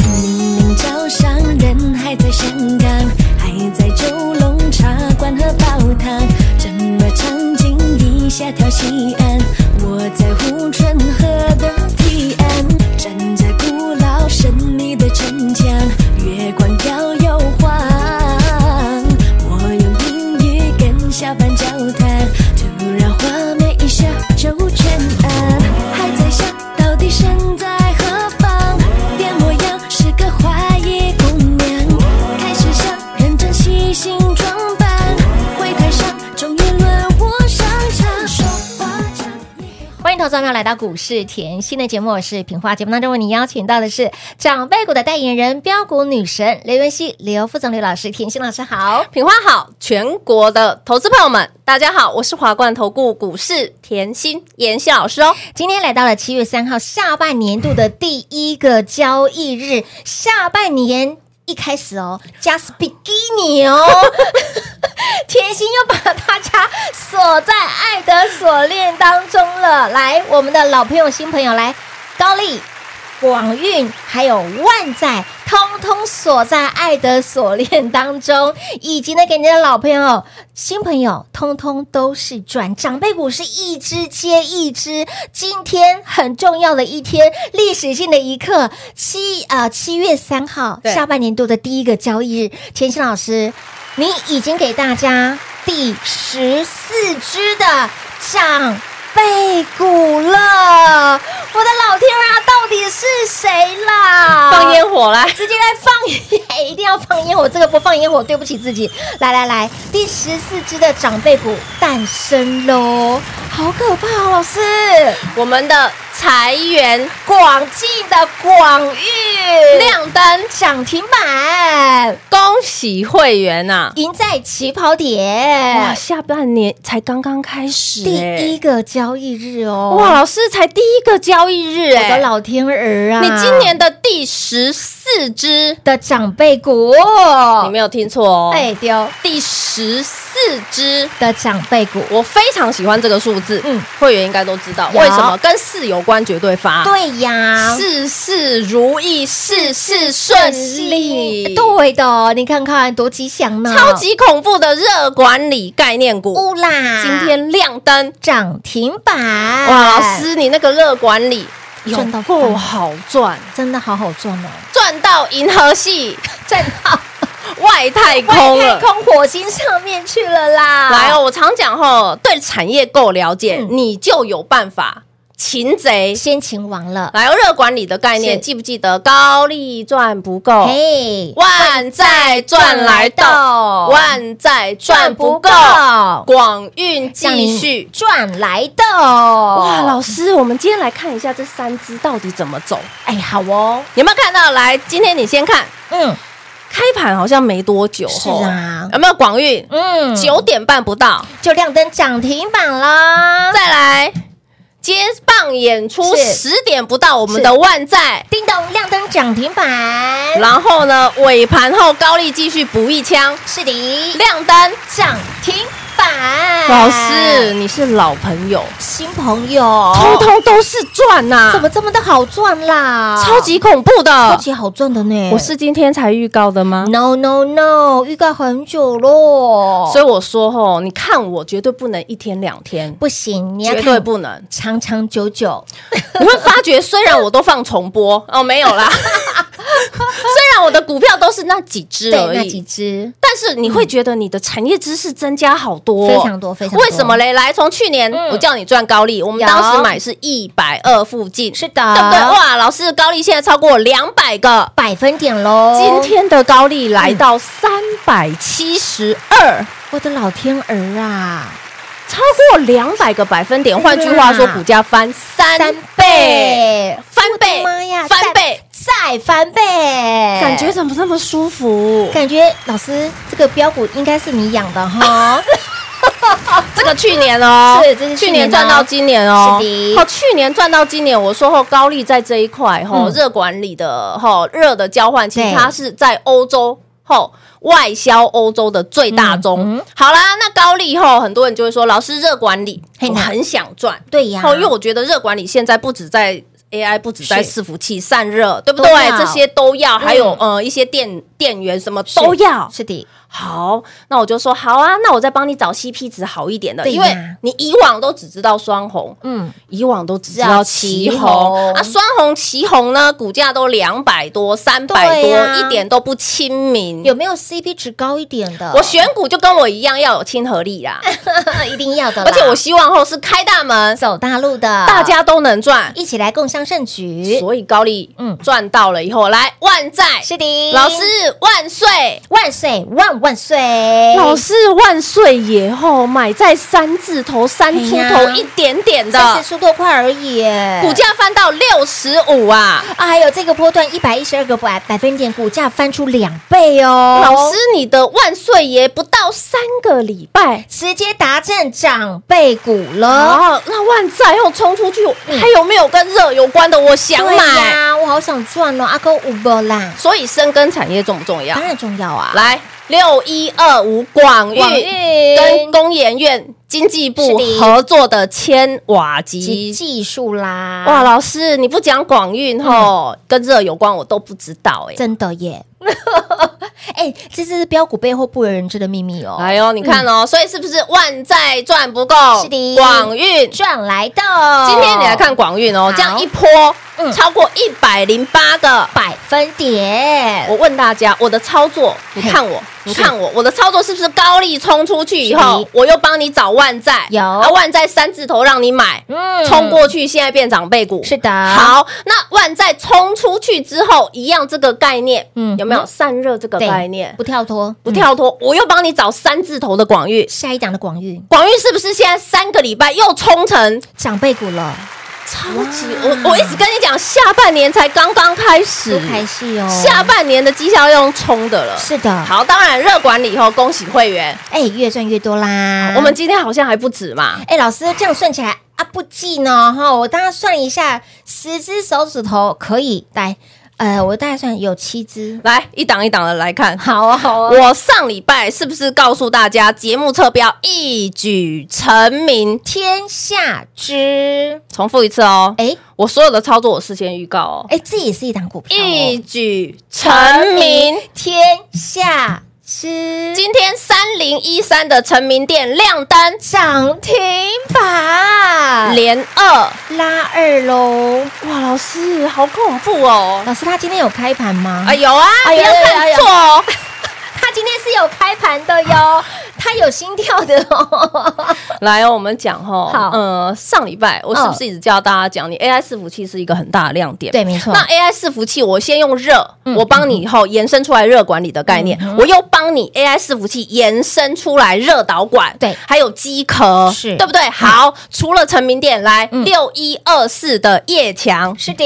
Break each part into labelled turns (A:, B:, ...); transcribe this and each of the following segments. A: 明明早上人还在香港，还在九龙茶馆喝煲汤，整个场景一下跳西安，我在护城河的堤岸，站在古老神秘的城墙，月光摇又晃，我用英语跟小贩交谈，突然画面一下就全暗，还在想到底身在何方，变模样是个花衣姑娘，开始想认真细心装扮，会台上终于轮我上场，手把掌。
B: 欢迎投资者朋友来到股市甜心的节目，我是平花。节目当中为你邀请到的是长辈股的代言人标股女神刘元熙、刘副总、刘老师、甜心老师好。
C: 品花好，全国的投资朋友们，大家好，我是华冠投顾股市甜心妍希老师哦。
B: 今天来到了七月三号，下半年度的第一个交易日，下半年。一开始哦，加 s 比基尼哦，甜心又把大家锁在爱的锁链当中了。来，我们的老朋友、新朋友，来，高丽、广运还有万载，通通锁在爱的锁链当中，以及呢，给您的老朋友、新朋友，通通都是赚。长辈股是一只接一只，今天很重要的一天，历史性的一刻，七啊七、月三号，
C: 对
B: 下半年度的第一个交易日，田心老师，你已经给大家第十四只的长背骨了，我的老天啊，到底是谁啦？
C: 放烟火来，
B: 直接来放一定要放烟火，这个不放烟火对不起自己。来来来，第十四只的长辈股诞生喽，好可怕、哦，老师！
C: 我们的财源
B: 广进的广域
C: 亮灯，
B: 涨停板，
C: 恭喜会员呐、
B: 哎赢在起跑
C: 哇，
B: 点，
C: 下半年才刚刚开始、
B: 第
C: 哎
B: 一个交易日哦，
C: 哇，，老师才第一个交易日
B: 我
C: 哎、
B: 的老天儿啊！
C: 你今年的第十四支，
B: 的长辈股，
C: 你没有听错哦，
B: 哎丢
C: 第十四支。
B: 的长辈股，
C: 我非常喜欢这个数字，
B: 嗯
C: 嗯，会员应该都知道
B: 有
C: 为什么跟四有关，绝对发。
B: 对啊呀，
C: 事事如意，事事顺利，
B: 对的，你看看多吉祥呢，
C: 啊超级恐怖的热管理概念股，
B: 乌啦！
C: 今天亮灯，
B: 涨停板，
C: 哇，老师你那个热管理
B: 哎
C: 有
B: 赚到
C: 够
B: 翻
C: 好赚，
B: 真的好好赚哦，
C: 赚到银河系， 赚到外太空
B: 外太
C: 了。
B: 空啊火星上面去了啦！
C: 来哦，，我常讲吼，对产业够了解，
B: 嗯
C: 你就有办法擒贼。
B: 先秦王了，
C: 来哦，热管理的概
B: 是
C: 念记不记得？高利赚不
B: 哦
C: 够，
B: 嘿，
C: 万债赚来到，
B: 到
C: 万债赚不够，广运继续。
B: 赚来的，哦
C: 哇，
B: 哇
C: 老师，我们今天来看一下这三只到底怎么走，
B: 哎，好哦，
C: 有没有看到？来，今天你先看，
B: 嗯
C: 开盘好像没多久
B: 是
C: 吼
B: 啊
C: 有没有广运？
B: 嗯，
C: 九点半不到，
B: 就亮灯涨停板啦，
C: 再来接棒演出，
B: 是
C: 十点不到我们的万债。
B: 叮咚亮灯涨停板，
C: 然后呢，尾盘后高利继续补一枪，
B: 是的，
C: 亮灯。
B: 涨停板，
C: 老师，你是老朋友，
B: 新朋友，
C: 通通都是赚呐、
B: 怎么哦这么的好赚啦？
C: 超级恐怖
B: 超
C: 的？
B: 级好赚的呢！
C: 我是今天才预告的吗？
B: no no no，预告很久咯，
C: 所以我说吼，你看我绝对不能一天两天，
B: 不行，你要
C: 绝
B: 看。
C: 对不能
B: 长长久久，
C: 你会发觉，虽然我都放重播哦，没 有啦，虽然我的股票都是那几只
B: 对
C: 而
B: 那几
C: 已。
B: 只
C: 但是你会觉得你的产业知识增加好多
B: 嗯
C: 哦、
B: 非常多非常多嗯
C: 为什么嘞？来，从去年我叫你赚高利，我们
B: 有
C: 当时买是一百二附近，
B: 是
C: 对不对？
B: 的，哦
C: 哇，老师，高利现在超过两百个。
B: 百分点喽！
C: 今天的高利来到三百七十二，
B: 我的老天儿啊，
C: 超过两百个百分
B: 啊
C: 点，换句话说，股价翻三
B: 三
C: 倍，
B: 倍，
C: 翻倍
B: 我的妈呀，
C: 翻倍
B: 再，再翻倍，
C: 感觉怎么那么舒服？
B: 感觉老师这个标股应该是你养的 哈，
C: 这个去年哦，
B: 是这是去
C: 去
B: 年哦
C: 年赚到今年哦，
B: 是的
C: 哦，去年赚到今年，我说后高利在这一块哈
B: 嗯，
C: 热管理的哈，热的交换，其
B: 对
C: 实它是在欧洲后。外销欧洲的最大
B: 嗯
C: 宗，好啦，那高利后很多人就会说，老师热管理
B: 嘿
C: 我
B: 呐
C: 很想赚，
B: 对呀
C: 哦，因为我觉得热管理现在不止在 AI，不止在
B: 是
C: 伺服器散热，对不
B: 都
C: 对
B: 要？嗯
C: 这些都要，还有呃一些电电源什么都要，
B: 是的，
C: 好，那我就说好啊，那我再帮你找 CP 值好一点的，
B: 对呀
C: 因为你以往都只知道双红，
B: 嗯，
C: 以往都只知
B: 知道
C: 道
B: 旗
C: 旗
B: 红
C: 红啊，双红、旗红呢，股价都两百多、三百
B: 对
C: 多，
B: 呀
C: 一点都不亲民
B: 有。没有 CP 值高一点的？
C: 我选股就跟我一样要有亲和力啦，
B: 一定要的啦，
C: 而且我希望后是啊开大门，
B: 走大路的，
C: 大家都能赚。
B: 一起来共襄盛举，
C: 所以高利
B: 嗯
C: 嗯赚到了以后，来万载，
B: 是的，
C: 老师万岁。
B: 万岁万万岁，哎
C: 老师万岁爷后买在三字头三出
B: 哎
C: 头
B: 呀
C: 一点点
B: 三
C: 的
B: 十，出多块而已耶，
C: 股价翻到六十五啊！
B: 啊，还有这个波段一百一十二个百百分点，股价翻出两倍哦，
C: 老师，你的万岁爷不到三个礼拜
B: 直接达阵长辈股了。
C: 哦，那万载后冲出去，还有没有跟热有关的？我想
B: 嗯对
C: 买，
B: 呀，我好想赚哦，阿哥五波啦，
C: 所以深耕产业重不重要
B: 当？然重要啊。
C: 来，六一二五广
B: 广
C: 域
B: 域
C: 跟工研院经济部
B: 是的
C: 合作的千瓦
B: 及
C: 级
B: 技术啦，
C: 哇，，老师，你不讲广运吼，跟热有关我都不知道哎、欸。
B: 嗯真的耶！ 哎，这是标股背后不为人知的秘密哦。
C: 哎呦，你看哦，所以是不是万债赚不够？
B: 是的
C: 广运。
B: 赚来的，
C: 今天你来看广运
B: 好
C: 哦，这样一波
B: 嗯
C: 超过一百零八个。
B: 百分点，
C: 我问大家，我的操作，你
B: 嘿
C: 看我，你
B: 是
C: 看我，我的操作是不是高利冲出去以
B: 是
C: 后
B: 的，
C: 我又帮你找万债，
B: 有
C: 啊万债三字头让你买，
B: 嗯
C: 冲过去，现在变长辈股，
B: 是的
C: 好，那万债冲出去之后，一样这个概念，
B: 嗯
C: 嗯，有没有散热这个
B: 对
C: 概念？
B: 不跳脱，
C: 不
B: 嗯。
C: 跳脱，我又帮你找三字头的广域，
B: 下一档的广域
C: 广域是不是现在三个礼拜又冲成
B: 长辈股了，
C: 超级？我我一直跟你讲，下半年才刚刚开始
B: 不，开戏哦。
C: 下半年的绩效要用冲的了。
B: 是的，
C: 好，当然热管理以后，恭喜会员，
B: 哎，越赚越多啦。
C: 我们今天好像还不止嘛。
B: 哎，老师这样算起来啊，不计呢哈。我大概算一下，十只手指头可以来，呃，我大概算有七只。
C: 来一档一档的来看，
B: 好啊，好啊，
C: 我上礼拜是不是告诉大家节目侧标一举成名？
B: 天下之
C: 重复一次哦，
B: 哎
C: 我所有的操作我事先预告哦，
B: 哎，这也是一档股票哦、
C: 一举成名。
B: 天下之
C: 哎今天三零一三的成名店亮灯
B: 涨停板
C: 连二，
B: 拉二喽。
C: 哎哇，老师好恐怖哦！
B: 老师，他今天有开盘吗？
C: 啊，有啊，
B: 哎
C: 不
B: 呦
C: 要
B: 哎呦哎
C: 看
B: 呦
C: 错哦。
B: 他今天是有开盘的哟，他有心跳的哦。
C: 来哦，我们讲哈，
B: 好
C: 呃，上礼拜我是不是一直教大家讲，你哎 AI 伺服器是一个很大的亮 点？
B: 对，。没错。
C: 那 AI 伺服器，我先用热，
B: 嗯
C: 我帮你以后延伸出来热管理的概念，我又帮你 AI 伺服器延伸出来热导管，
B: 对
C: 还有机壳，
B: 是嗯
C: 对不对？好，除了成名店，来六一二四的叶强
B: 是的，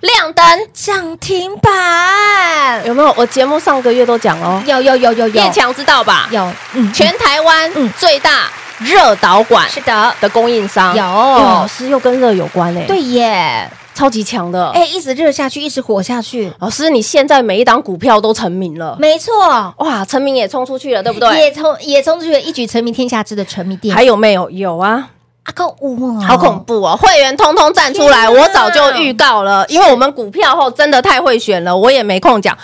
C: 亮灯，
B: 涨停板
C: 有没有？我节目上个月都讲哦，
B: 有有有有有
C: 叶强知道吧？
B: 有，嗯，
C: 全台湾
B: 嗯
C: 最大热导管
B: 是的，
C: 的供应商，
B: 有
C: 哟老师又跟热有关嘞，
B: 对，耶。
C: 超级强的。
B: 哎，一直热下去，一直火下去，
C: 老师，你现在每一档股票都成名了，
B: 没错。
C: 哇，成名也冲出去了，对不对？
B: 也从也冲出了一举成名天下知的沉迷店，
C: 还有没有？有啊，
B: 阿公五哦，
C: 好恐怖哦！会员通通站出来，
B: 天哪
C: 我早就预告了，因为我们股票后真的太会选了，我也没空讲。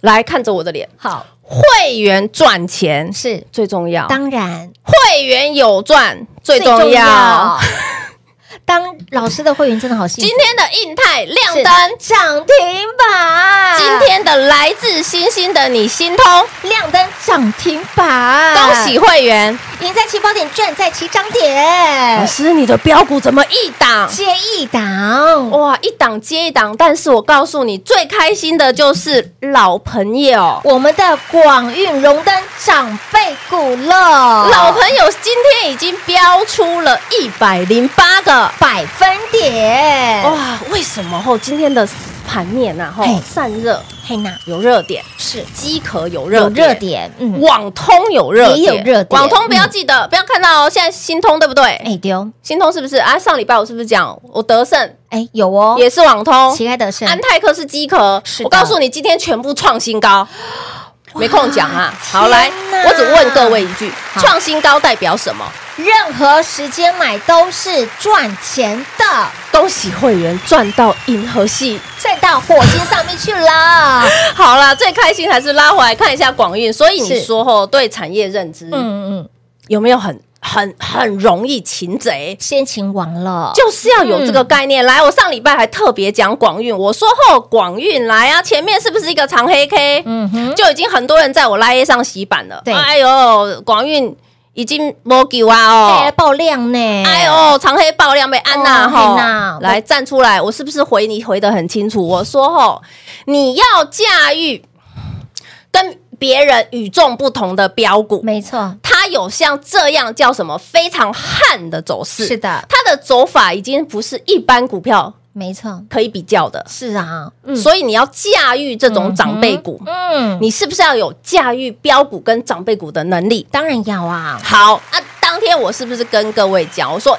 C: 来看着我的脸，
B: 好
C: 会员赚钱
B: 是
C: 最重要，
B: 当然
C: 会员有赚最重要。
B: 当老师的会员真的好幸
C: 今
B: 福。
C: 天的印泰亮
B: 是啊
C: 灯，
B: 涨停板，
C: 今天的来自星星的你心通，
B: 亮灯涨停板，
C: 恭喜会员。
B: 赢在起跑点，赚在起涨点
C: 老，师，你的标股怎么一档？
B: 接一档，
C: 哇，一档接一档，但是我告诉你，最开心的就是老朋友，
B: 我们的广运荣登长辈股了，
C: 老朋友今天已经标出了一百零八个，
B: 百分点，哇，
C: 哇，为什么吼今天的盘面啊吼
B: 嘿
C: 散热
B: 嘿娜
C: 有热点，
B: 是
C: 机壳有热
B: 有热，点，嗯，
C: 网通有热
B: 也有热点
C: 网通不要记得不要看到哦，现在新通对不对？
B: 哎丢，
C: 新通是不是啊？上礼拜我是不是讲我德胜
B: 哎有哦，
C: 也是网通，
B: 旗开得胜，
C: 安泰克是机壳
B: 是，的
C: 我告诉你，今天全部创新高，没空讲啊。好，来
B: 哪，
C: 我只问各位一句，
B: 好
C: 创新高代表什么？
B: 任何时间买都是赚钱的，
C: 恭喜会员赚到银河系。
B: 赚到火星上面去了，
C: 好啦，最开心还是拉回来看一下广运。所以你
B: 是
C: 说吼，对产业认知
B: 嗯嗯，
C: 有没有很很很容易擒贼？
B: 先秦王了，
C: 就是要有这个概念。来，我上礼拜还特别讲广运，我说后广运来啊，前面是不是一个长黑 K？
B: 嗯哼，
C: 就已经很多人在我拉 A 上洗版了。
B: 对
C: 哎呦，广运已经没救啊
B: 带来
C: 哦。
B: 哎爆量呢，
C: 哎呦，长黑爆量被安娜
B: 哦安娜
C: 吼，来站出来，我是不是回你回的很清楚？我说吼，你要驾驭跟别人与众不同的标股，
B: 没错，
C: 它有像这样叫什么非常悍的走势，
B: 是的
C: 它的走法已经不是一般股票
B: 没错，
C: 可以比较的，
B: 是啊，嗯
C: 所以你要驾驭这种长辈股，
B: 嗯，
C: 你是不是要有驾驭标股跟长辈股的能力？
B: 当然要啊，
C: 好，那当天我是不是跟各位讲，我说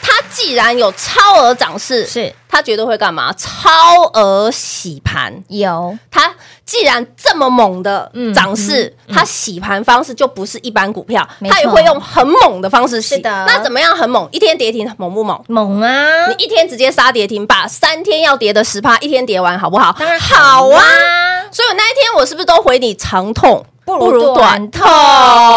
C: 它既然有超额涨势，
B: 是
C: 它绝对会干嘛？超额洗盘。
B: 有
C: 它既然这么猛的
B: 嗯
C: 涨势，它洗盘方式就不是一般股票，
B: 没
C: 它也
B: 错
C: 会用很猛的方式洗。
B: 是的
C: 那怎么样很猛？一天跌停猛不猛？
B: 猛啊，
C: 你一天直接杀跌停，把三天要跌的十趴一天跌完，好不好？
B: 当然
C: 好啊。所以我那一天我是不是都回你长痛
B: 不如短痛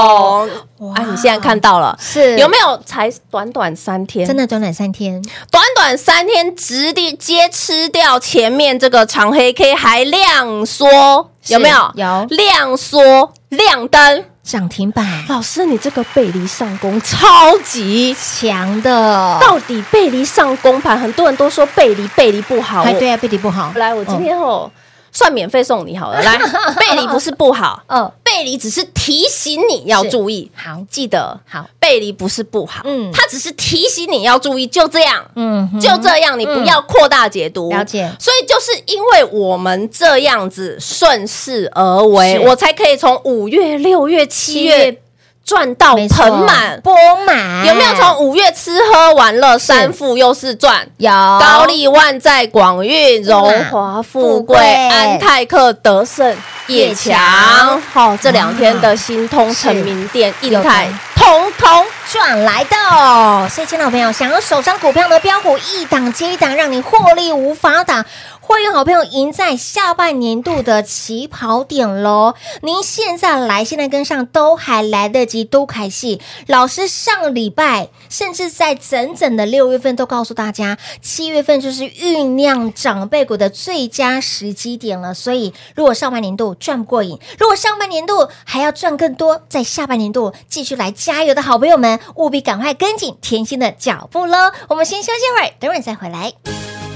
B: 哇
C: 啊，你现在看到了。
B: 是
C: 有没有才短短三天？
B: 真的短短三天，
C: 短短三天，直地接吃掉前面这个长黑 K，还量缩，
B: 是
C: 有没有？
B: 有
C: 量缩亮灯。
B: 涨停板
C: 老师，你这个背离上攻超级
B: 强的，
C: 到底背离上攻盘，很多人都说背离背离不好。
B: 哎对啊，背离不好，
C: 来，我今天哦算免费送你好 了。来，背离不是不好，
B: 嗯，哦，
C: 背离只是提醒你要注意。
B: 好，
C: 记得
B: 好，
C: 背离不是不好，
B: 嗯
C: 它只是提醒你要注意，就这样。
B: 嗯哼，
C: 就这样，你不要扩大解读、
B: 了解
C: 所以就是因为我们这样子顺势而为，
B: 是
C: 我才可以从五月、六月、七
B: 七
C: 月
B: 月
C: 赚到
B: 没错
C: 盆满。
B: 波满，
C: 有没有从五月吃喝玩乐三富又是赚？
B: 有
C: 高丽、万载、广运、荣华、富贵、
B: 富贵
C: 安泰克、德胜、
B: 叶
C: 叶
B: 强
C: 强，好，这两天的新通、
B: 是
C: 成名店、印泰
B: 有的，
C: 通通
B: 赚来的哦！所以，亲爱的朋友，想要手上股票的标股一档接一档，让你获利无法挡。会员好朋友赢在下半年度的起跑点喽！您现在来，现在跟上都还来得及。都凯系老师上礼拜，甚至在整整的六月份都告诉大家，七月份就是酝酿长辈股的最佳时机点了。所以，如果上半年度赚不过瘾，如果上半年度还要赚更多，在下半年度继续来加油的好朋友们，务必赶快跟紧甜心的脚步喽！我们先休息会儿，等会儿再回来。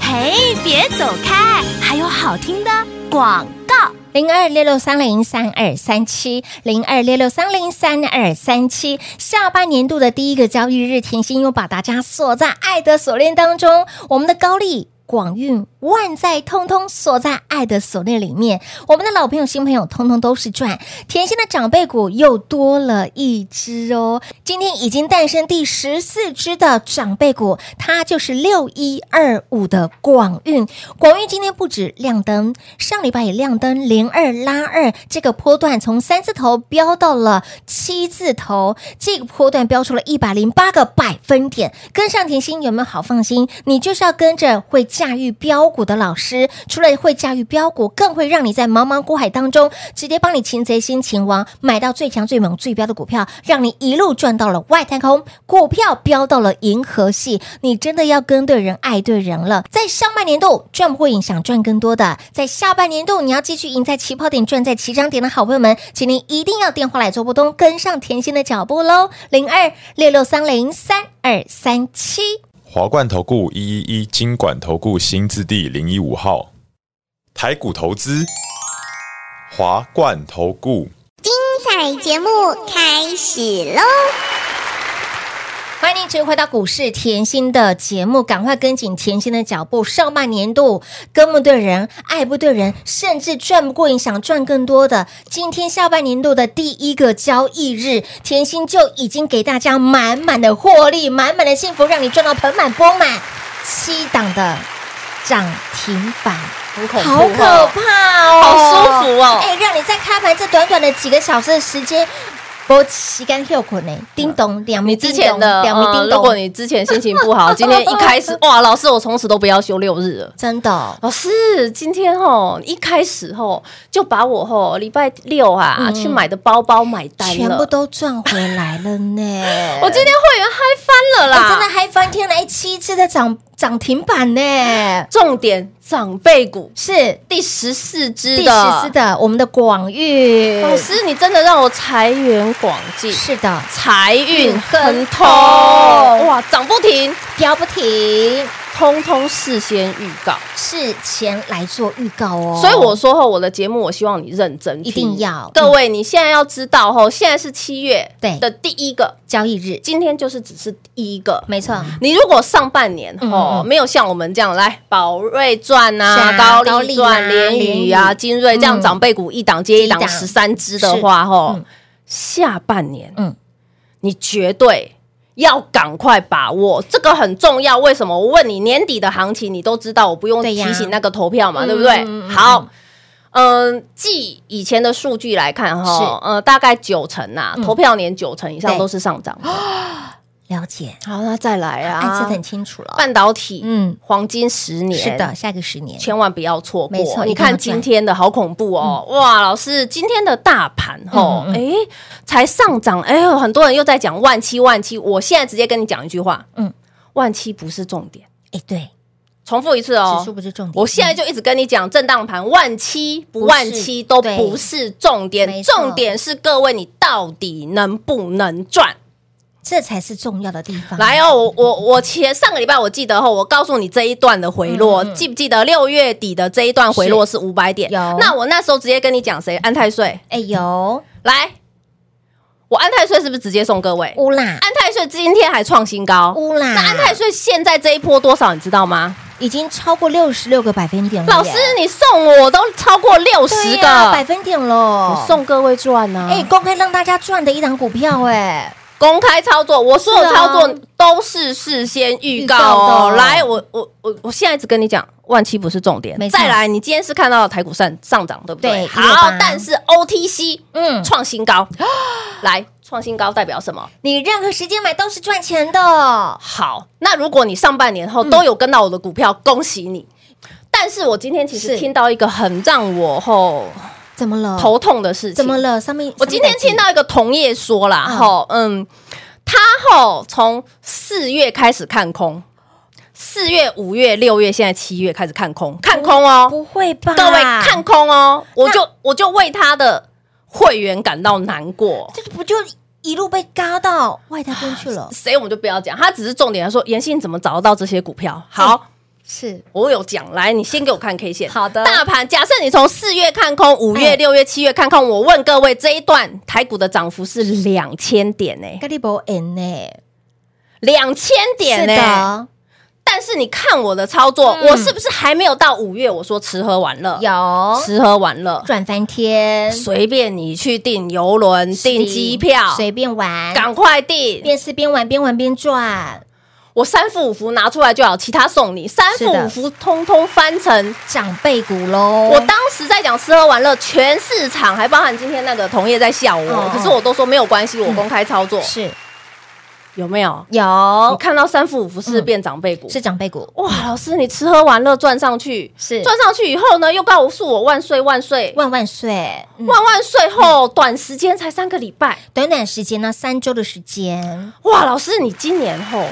D: 嘿，别走开，还有好听的广告。
B: 零二六六三零三二三七，零二六六三零三二三七。下半年度的第一个交易日，甜心又把大家锁在爱的锁链当中。我们的高丽。广运、万载，通通锁在爱的锁链里面。我们的老朋友、新朋友，通通都是赚。甜心的长辈股又多了一只哦。今天已经诞生第十四只的长辈股，它就是六一二五的广运。广运今天不止亮灯，上礼拜也亮灯零二拉二，这个波段从三字头飙到了七字头，这个波段飙出了一百零八个百分点。跟上甜心有没有好放心？你就是要跟着会驾驭标标股的老师，除了会驾驭标股，更会让你在茫茫股海当中直接帮你擒贼先擒王，买到最强、最猛、最标的股票，让你一路赚到了外太空，股票飙到了银河系。你真的要跟对人、爱对人了。在上半年度赚不过瘾，想赚更多的，在下半年度你要继续赢在起跑点、赚在起涨点的好朋友们，请您一定要电话来做波动，跟上甜心的脚步喽，零二六六三零三二三七。
E: 华冠投顾一一一金管投顾新字第零一五号，台股投资，华冠投顾。
F: 彩节目开始喽！
B: 欢迎您持续回到股市甜心的节目，赶快跟紧甜心的脚步。上半年度跟不对人，爱不对人，甚至赚不过瘾，想赚更多的。今天下半年度的第一个交易日，甜心就已经给大家满满的获利，满满的幸福，让你赚到盆满钵满。七档的涨停板，
C: 很恐怖
B: 好可
C: 哦
B: 怕哦，
C: 好舒服哦
B: 哎、让你在开盘这短短的几个小时的时间，我膝盖休困呢，叮咚，两
C: 你
B: 名
C: 之前的，
B: 两名叮
C: 嗯
B: 咚，
C: 如果你之前心情不好，今天一 开始，哇，老师，我从此都不要休六日了。
B: 真的哦、
C: 老师，今天哦，一开始哦，就把我哦礼拜六啊、
B: 嗯
C: 去买的包包买单了，！
B: 全部都赚回来了呢
C: 我今天会员嗨翻了啦！
B: 哎真的嗨翻天了，哎，七次的涨涨停板呢，
C: 重点长辈股
B: 是
C: 第十四只
B: 第
C: 的，哦
B: 十次的我们的广域，
C: 老师，你真的让我财源广进，
B: 是的，
C: 财运亨
B: 亨
C: 通，
B: 通
C: 哇，涨不停，
B: 飙不停，
C: 通通事先预告。
B: 事前来做预告哦，
C: 所以我说后我的节目，我希望你认真听，
B: 一定要
C: 各位，你现在要知道吼，现在是七月
B: 对
C: 的第一个，
B: 交易日，
C: 今天就是只是第一个。
B: 没错，
C: 你如果上半年
B: 嗯
C: 哦
B: 嗯
C: 没有像我们这样来宝瑞赚
B: 是
C: 啊、
B: 啊
C: 高利
B: 高
C: 赚、
B: 利啊
C: 联宇啊、
B: 联宇
C: 金瑞这样
B: 嗯
C: 长辈股一档接一
B: 一
C: 档
B: 档
C: 十三只的话，吼
B: 嗯，
C: 下半年
B: 嗯
C: 你绝对。要赶快把握，这个很重要。为什么？我问你，年底的行情你都知道，我不用
B: 对
C: 提
B: 呀
C: 醒那个投票
B: 嗯
C: 嘛，对不对？
B: 嗯嗯
C: 好，嗯、记以前的数据来看，哈，呃，大概九成呐、
B: 嗯
C: 投票年九成以上
B: 对
C: 都是上涨的。
B: 了解，
C: 好，那再来啊，
B: 暗示的很清楚了，
C: 半导体，
B: 嗯
C: 嗯，黄金十年，
B: 是的，，下个十年，
C: 千万不要错
B: 没错
C: 过。你
B: 一定
C: 看
B: 要赚嗯
C: 今天的好恐怖哦，哇，老师，今天的大盘吼，
B: 嗯嗯
C: 哎，才上涨，哎呦，很多人又在讲万七万七，我现在直接跟你讲一句话，
B: 嗯
C: 嗯，万七不是重点，
B: 哎，对，
C: 重复一次哦
B: 指数。不是重点，
C: 我现在就一直跟你讲，震荡盘万七不万七都
B: 对
C: 不是重点，
B: 没错
C: 重点是各位你到底能不能赚。
B: 这才是重要的地方，
C: 来哦，我我我前上个礼拜我记得后，哦我告诉你这一段的回落，
B: 嗯
C: 记不记得六月底的这一段回落是五百点？
B: 有
C: 那我那时候直接跟你讲谁？安泰税
B: 哎有
C: 来，我安泰税是不是直接送各位？
B: 乌啦
C: 安泰税今天还创新高，
B: 乌啦，
C: 那安泰税现在这一波多少？你知道吗？
B: 已经超过六十六个百分点了耶，
C: 老师，你送我都超过六十
B: 嗯对
C: 个，
B: 呀百分点喽
C: 我，送各位赚啊呢、
B: 哎，公开让大家赚的一档股票哎，
C: 公开操作，我所有
B: 是啊
C: 操作都是事先预告
B: 预告
C: 哦。
B: 的哦
C: 来，我我我我现在只跟你讲，万七不是重点
B: 没。错
C: 再来，你今天是看到台股上上涨，对不对？
B: 对
C: 好
B: 168，
C: 但是 OTC
B: 嗯，
C: 创 新高，来创新高代表什么？
B: 你任何时间买都是赚钱的，
C: 好，那如果你上半年后
B: 嗯
C: 都有跟到我的股票，恭喜你。但是我今天其
B: 是
C: 实听到一个很让我后
B: 怎么了？
C: 头痛的事情，
B: 怎么了？上面
C: 我今天听到一个同业说啦，
B: 嗯
C: 吼，嗯，他吼从四月开始看空，四月、五月、六月，现在七月开始看空，看空哦，
B: 不会吧？
C: 各位看空哦，我就我就为他的会员感到难过。
B: 这不就一路被嘎到外太空去了？
C: 谁我们就不要讲，他只是重点他说严信怎么找得到这些股票？
B: 嗯
C: 好，
B: 是
C: 我有讲，来你先给我看 K 线。
B: 好的
C: 大盘假设你从四月看空，五
B: 哎
C: 月、六月、七月看空，我问各位这一段台股的涨幅是两千点欸呢、
B: 咖喱博 N 呢？
C: 两千点
B: 是
C: 呢、
B: 的，
C: 但是你看我的操作，
B: 嗯
C: 我是不是还没有到五月？我说吃喝玩乐，
B: 有
C: 吃喝玩乐，
B: 转翻天，
C: 随便你去订游轮、订机票，
B: 随便玩，
C: 赶快订。
B: 边吃边玩，边玩边赚，
C: 我三副五福拿出来就好，其他送你。三副五福通通翻成。
B: 长辈股喽！
C: 我当时在讲吃喝玩乐，全市场还包含今天那个同业在笑我，
B: 哦
C: 可是我都说没有关系，我公开操作。
B: 是
C: 有没有？你
B: 有
C: 看到三富五福是不是变长辈股，
B: 哦嗯是长辈股，
C: 哇，老师你吃喝玩乐赚上去，
B: 是
C: 赚上去以后呢，又告诉我万岁万岁
B: 万万岁！嗯
C: 万万岁后，短时间才三个礼拜，
B: 短短时间呢，三周的时间，
C: 哇，老师你今年后，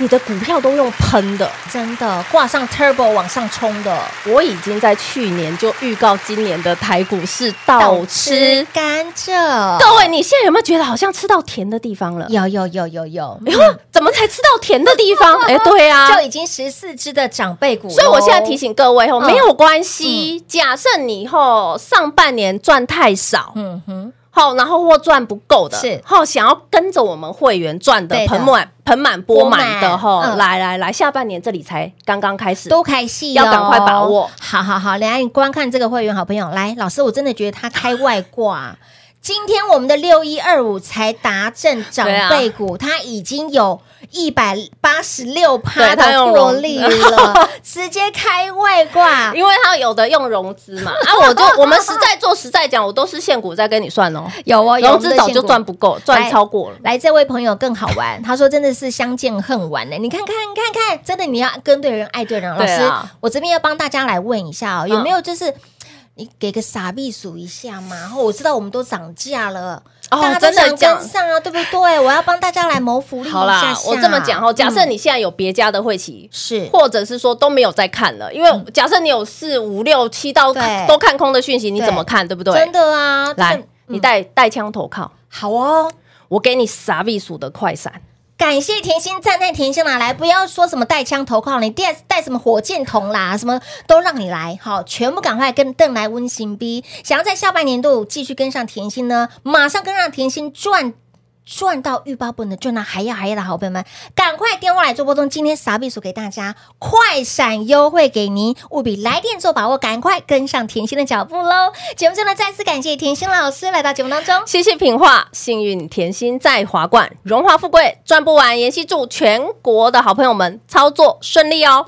C: 你的股票都用喷的，
B: 真的挂上 turbo 往上冲的，
C: 我已经在去年就预告今年的台股是倒吃。
B: 甘蔗，
C: 各位，你现在有没有觉得好像吃到甜的地方了？
B: 有有有有有，
C: 哎呦，怎么才吃到甜的地 方？哎，对啊，
B: 就已经十四只的长辈股，
C: 所以我现在提，醒各位哦，
B: 嗯
C: 没有关系。假设你以后上半年赚太少，
B: 嗯哼，
C: 好，然后或赚不够的，
B: 是
C: 好想要跟着我们会员赚的
B: 对的
C: 盆满盆满钵满的
B: 钵
C: 哈
B: 满，嗯
C: 来来来，下半年这里才刚刚开始，
B: 多开戏哦
C: 要赶快把握。
B: 好好好，等一下你观看这个会员好朋友，来，老师，我真的觉得他开外挂。 今天我们的六一二五才达阵长
C: 对啊
B: 辈股，它已经有一百八十六趴
C: 对它
B: 的
C: 用
B: 获
C: 融
B: 利 了，直接开外挂。
C: 因为他有的用融资嘛，啊，我就我们实在做实在讲，我都是现股在跟你算哦，
B: 有哦，有
C: 融资早就赚不够，赚
B: 来
C: 超过了。
B: 来，这位朋友更好 玩，他说真的是相见恨晚呢。你看看，你看看，真的你要跟对人，爱对人。老
C: 对
B: 师，
C: 啊
B: 我这边要帮大家来问一下哦，有
C: 嗯
B: 没有就是？你给个傻逼数一下嘛，然后我知道我们都涨价了，
C: 哦
B: 大家都
C: 真的
B: 想
C: 讲
B: 跟上啊，对不对？我要帮大家来谋福利一下
C: 好啦，
B: 下
C: 我这么讲哦，假设
B: 嗯
C: 你现在有别家的会期，
B: 是
C: 或者是说都没有在看了，因为假设你有四五六七到
B: 嗯对
C: 都看空的讯息，你
B: 对
C: 怎么看，对不对？
B: 真的啊，真
C: 来
B: 的，
C: 你带带枪投靠，
B: 好哦。
C: 我给你傻避暑的快闪，
B: 感谢甜心，赞叹甜心啦！来，不要说什么带枪投靠，你带带什么火箭筒啦，什么都让你来，好，全部赶快跟邓来温馨逼。想要在下半年度继续跟上甜心呢，马上跟上甜心赚。赚到欲罢不能，赚到还要还要的好朋友们，赶快电话来做波动。今天傻秘书给大家快闪优惠给您，务必来电做把握，赶快跟上甜心的脚步喽！节目中呢，再次感谢甜心老师来到节目当中。
C: 谢谢品画，幸运甜心在华冠，荣华富贵赚不完。妍希祝全国的好朋友们操作顺利哦。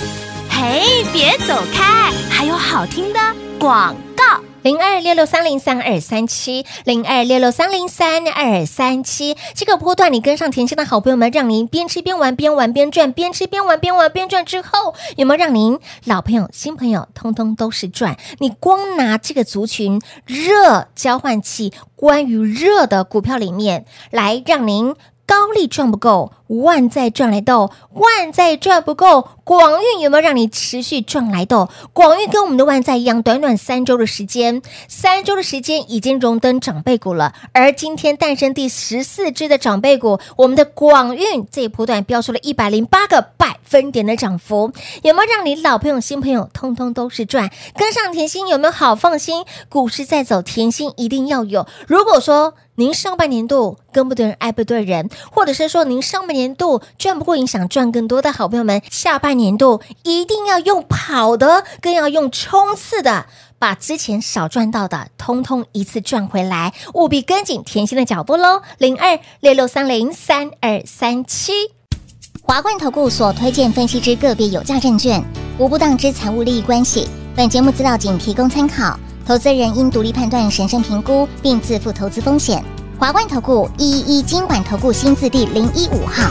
D: 嘿，别走开，还有好听的广告。
B: 零二六六三零三二三七，零二六六三零三二三七，这个波段你跟上甜心的好朋友们，让您边吃边玩，边玩边赚，边吃边玩，边玩边赚之后，有没有让您老朋友、新朋友通通都是赚？你光拿这个族群热交换器，关于热的股票里面来让您。高利赚不够，万债赚来豆，万债赚不够，广运有没有让你持续赚来豆？广运跟我们的万债一样，短短三周的时间，三周的时间已经荣登长辈股了。而今天诞生第十四只的长辈股，我们的广运这一波段标出了一百零八个百分点的涨幅，有没有让你老朋友、新朋友通通都是赚？跟上甜心有没有好放心？股市在走，甜心一定要有。如果说您上半年度跟不对人，爱不对人，或者是说您上半年度赚不过瘾，想赚更多的好朋友们，下半年度一定要用跑的，更要用冲刺的。把之前少赚到的，通通一次赚回来，务必跟紧甜心的脚步喽！零二六六三零三二三七。
F: 华冠投顾所推荐分析之个别有价证券，无不当之财务利益关系。本节目资料仅提供参考，投资人应独立判断、审慎评估，并自负投资风险。华冠投顾一一一金管投顾新字第零一五号。